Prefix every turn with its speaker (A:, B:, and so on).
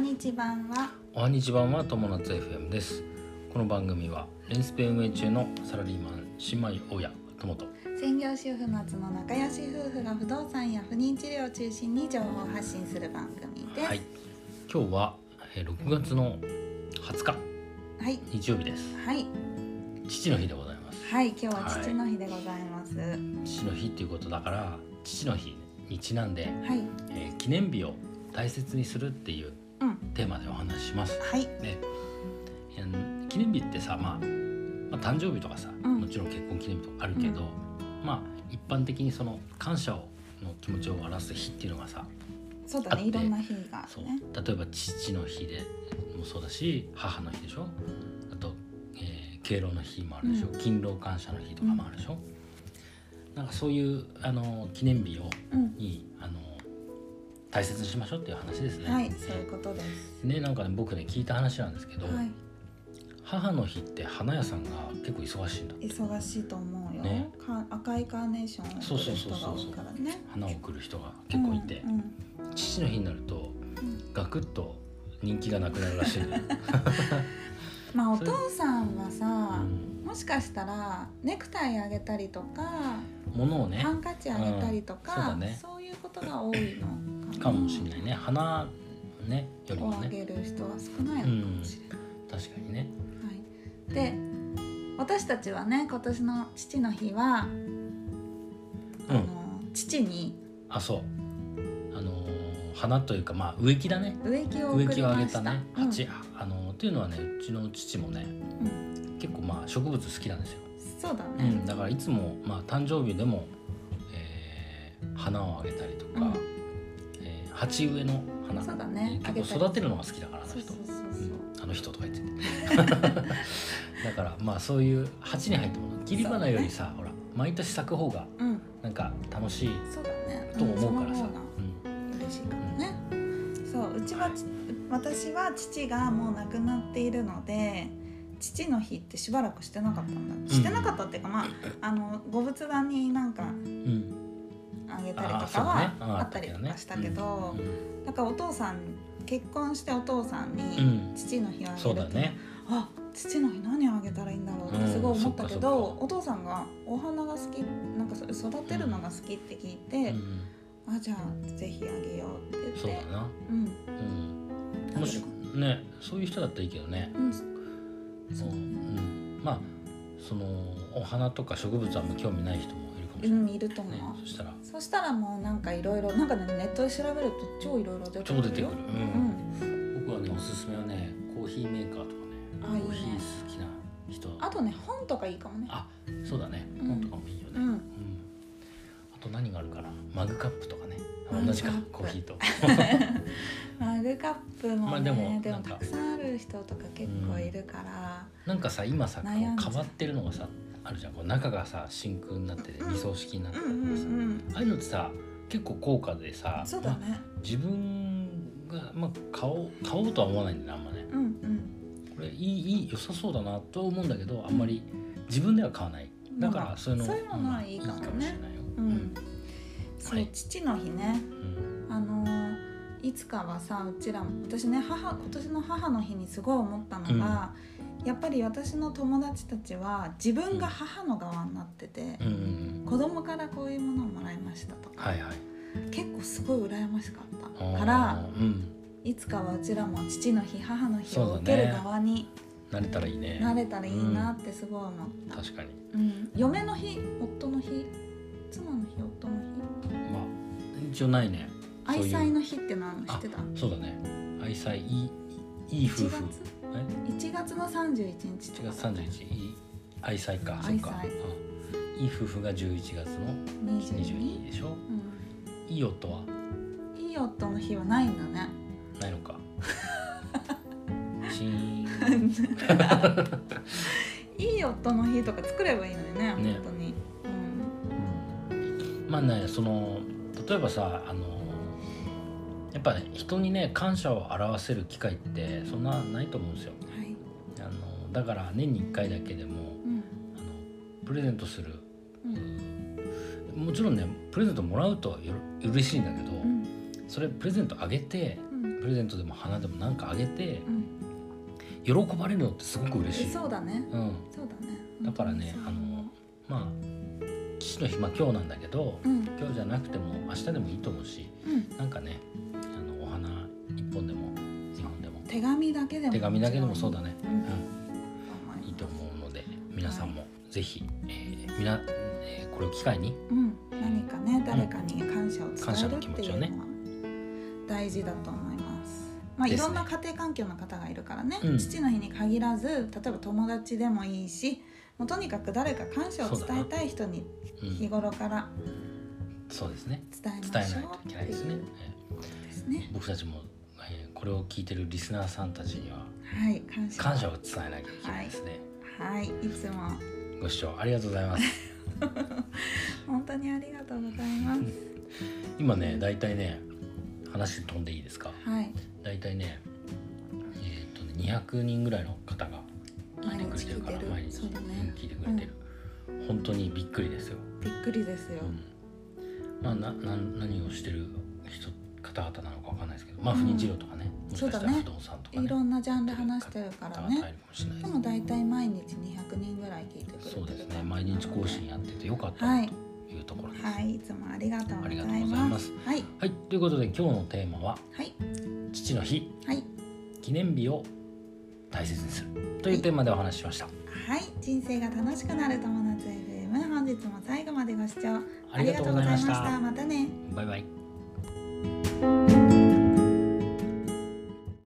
A: 日版は
B: おはにちばんは友達 FM ですこの番組はレンスペ運営中のサラリーマン姉妹親友と
A: 専業主婦松の仲良し夫婦が不動産や不妊治療を中心に情報を発信する番組です
B: はい今日はえー6月の20日
A: はい
B: 日曜日です
A: はい、
B: 父の日でございます
A: はい今日は父の日でございますは
B: 父の日っていうことだから父の日にちなんで、
A: い、
B: えー記念日を大切にするっていう
A: うん
B: テーマでお話しします
A: はい
B: ね、えー記念日ってさ、まあ、まあ誕生日とかさ、
A: ん
B: もちろん結婚記念日とかあるけど、まあ一般的にその感謝をの気持ちを表す日っていうのがさ
A: そうだ
B: あっ
A: ね
B: て
A: いろんな日があ
B: そ
A: る
B: う
A: ね
B: 例えば父の日でもそうだし母の日でしょあと、えー敬老の日もあるでしょ、
A: う
B: 勤労感謝の日とかもあるでしょ、なんかそういうあの記念日を
A: うん
B: にあの大切にしましょうっていう話ですね。
A: はいそういうことです
B: ねなんかね僕ね聞いた話なんですけど、
A: はい
B: 母の日って花屋さんが結構忙しいんだって
A: 忙しいと思うよ、
B: ね
A: か赤いカーネーションを
B: そう
A: 送
B: そう
A: る
B: そ
A: 人
B: うそ
A: が
B: う
A: 多いからね
B: 花を送る人が結構いて、
A: うん
B: 父の日になると
A: うんうん
B: ガクッと人気がなくなるらしいのよ、
A: まあお父さんは
B: う
A: さ、
B: ん、
A: もしかしたらネクタイあげたりとか、
B: 物をね
A: ハンカチあげたりとか、
B: うんそ
A: そう
B: うだね
A: いうことが多いのかな
B: かもしれないね花ねより
A: を
B: も
A: あ
B: ね
A: げる人は少ないのかもしれない、
B: 確かにね
A: はい、で私たちはね今年の父の日は、
B: う
A: あ
B: ん
A: の父に
B: あそうあのー花というかまあ植木だね
A: 植木を
B: 植
A: 送
B: 木
A: り
B: をあ
A: ま
B: げ
A: した
B: たね
A: うん
B: 鉢、あのーっていうのはねうちの父もね
A: うん
B: 結構まあ植物好きなんですよ、
A: そうだ
B: う
A: ね、
B: ん、だからいつもまあ誕生日でも、えー花をあげたりとか、
A: うん
B: えー鉢植えの花
A: そうだね
B: えー結構育てるのが好きだからあの
A: そう
B: 人
A: そうそうそう、
B: うんあの人とか言ってて だからまあそういう鉢に入ったもの切り花よりさ、ほら毎年咲く方が
A: うん
B: なんか楽しい
A: そうだね
B: と思うから
A: そ
B: さ
A: の方が、
B: うん
A: 嬉しいかもね、そううちは、私は父がもう亡くなっているので父の日ってしばらくしてなかったんだしてなかったっていうか、まああのご仏壇になんか
B: うん
A: あげたりと
B: あーそ
A: か
B: うだね
A: は
B: あー
A: あったりとかしたけ
B: う
A: ど
B: ん
A: だからお父さん結婚してお父さん
B: う
A: に
B: ん
A: 父の日をあげる
B: そうだ
A: って
B: ね
A: あ父の日何あげたらいいんだろうっ
B: うん
A: てすごい思ったけ
B: そっ
A: ど
B: か
A: お父さんがお花が好きなんかそ育てるのが好きって聞いて
B: うん
A: あじゃあぜひあげようって
B: そう
A: 言っ
B: だ
A: て
B: な
A: うん
B: うんもしねそういう人だったらいいけどね
A: うん
B: う
A: そうん
B: うんまあそのお花とか植物あんま興味ない人もいるかもし
A: う
B: れない
A: んいると
B: ね
A: 思う
B: そしたら
A: そしたらもうなんかいろいろなんかねネットで調べると超いろいろ出てく
B: 超
A: るよ
B: 出てくる
A: う
B: う
A: んん
B: 僕はねおすすめはねコーヒーメーカーとかね
A: あいいね
B: コーヒー好きな人
A: あとね本とかいいかもね
B: あそうだね
A: うん
B: 本とかもいいよね、
A: う
B: うん
A: ん
B: あと何があるかなマグカップとかねあ
A: マグカップ
B: 同じかコーヒーと
A: マグカップもね、
B: まあで
A: で
B: も
A: も
B: なんか
A: たくさんある人とか結構いるから、
B: なんかさ今さこ
A: 悩ん
B: う
A: じゃう
B: かばってるのがさあるじゃんこう中がさ真空になってて
A: うん
B: 二層式になってて
A: うん、うんうん
B: ああいうのってさ結構高価でさ
A: そうだ
B: ま
A: ね
B: あ自分が、まあ、買おう買おうとは思わないんだよねあんまね
A: うんうん
B: これいいいい良さそうだなと思うんだけどあんまり自分では買わないだか
A: ま
B: ら
A: あ
B: そういうの
A: そういうのはいいかもね
B: うんしれないよ
A: うんそう、
B: はい
A: 父の日ね
B: うん
A: あのーいつかはさうちらも私ね母今年の母の日にすごい思ったのが、やっぱり私の友達たちは自分が母の側になってて
B: う、んうんうん
A: 子供からこういうものをもらいましたとか、
B: はいはい
A: 結構すごい羨ましかったか
B: あ
A: ら
B: ーうん、
A: いつかはうちらも父の日母の日を
B: そう
A: 受
B: だ
A: け
B: ね
A: る側に
B: 慣れたらいいね
A: なれたらいいなってすごい思う、
B: 確かに
A: うん、嫁の日夫の日妻の日夫の日
B: まあ一応ないねそういう
A: 愛妻の日って何知ってた
B: そうだね愛妻いいいい夫
A: 1
B: 婦
A: 月
B: え
A: 1月の31日と
B: 1
A: か
B: 月31日いい愛妻かそ
A: 愛
B: う
A: 妻
B: かうんいい夫婦が11月の22
A: 22
B: でしょ
A: う
B: いい夫は
A: んいい夫の日はないんだ ね
B: ないのかシーン
A: いい夫の日とか作ればいいのにね
B: ね
A: 本当に、
B: まあねその例えばさあのやっぱね人にね感謝を表せる機会ってそんなないと思うんですよ
A: うんはい、
B: あのだから年に1回だけでも
A: うん
B: あのプレゼントする
A: うん
B: もちろんねプレゼントもらうとよろ嬉しいんだけど、
A: うん
B: それプレゼントあげて
A: うん
B: プレゼントでも花でもなんかあげて
A: うん、
B: 喜ばれるのってすごく嬉しい、
A: そうだね
B: うん、
A: そうだね
B: だからねあのまあ父の日まあ今日なんだけど
A: うん
B: 今日じゃなくても明日でもいいと思うし
A: うん
B: なんかねあのお花1本でも2本でも
A: 手紙だけでも
B: 手紙だけでもそうだね、
A: う
B: うんん、いいと思うので皆さんもぜひ、えーみなえーこれを機会に
A: うん、何かね誰かに感謝を
B: 感謝
A: 伝え
B: の
A: る
B: 気
A: っ
B: 持
A: てい
B: ち
A: う
B: をね
A: のは大事だと思います。まあ、
B: で
A: い
B: すね
A: ろんな家庭環境の方がいるからね、
B: うん
A: 父の日に限らず例えば友達でもいいしもうとにかく誰か感謝を伝えたい人に
B: う
A: 日
B: ん、
A: 頃から
B: そうですね
A: 伝え
B: 伝え
A: ま
B: ない
A: しょ
B: と
A: う
B: いけないですね、え
A: っていうことですね
B: ー僕たちも、えーこれを聞いてるリスナーさんたちには
A: はい感謝
B: 感謝を伝えなきゃいけないですね、
A: はいいつも
B: ご視聴ありがとうございます
A: 本当にありがとうございます
B: 今ね大体ね話飛んでいいですか
A: はい
B: 大体ねえーっとね200人ぐらいの方が聞い
A: 毎
B: て
A: 日
B: くれてるか
A: 聞
B: ら
A: いてる
B: 毎日
A: そうだね
B: 聞いてくれてる、本当にびっくりですよ、
A: びっくりですよ、
B: うんまあ、なな何をしてる人方々なのかわかんないですけどまあ
A: うん
B: 不妊治療とかね、もしかしたら
A: そうだね
B: 不動産とかね
A: いろんなジャンル話してるからね
B: 方々いるかもしれない
A: で
B: で
A: も大体毎日200人ぐらい聞いてくれて
B: す
A: る
B: そうですね毎日更新やっててよかった
A: は
B: ないというところです、
A: はいいつもありがとうござい
B: ありがとうござい
A: ま
B: ますす
A: はい
B: はい、ということで今日のテーマは
A: はい
B: 「父の日
A: はい
B: 記念日を大切にする」というテーマでお話ししました、
A: はい人生が楽しくなる友達 FM 本日も最後までご視聴
B: ありがとうございました
A: ありがとうございましたまたね
B: バイバイ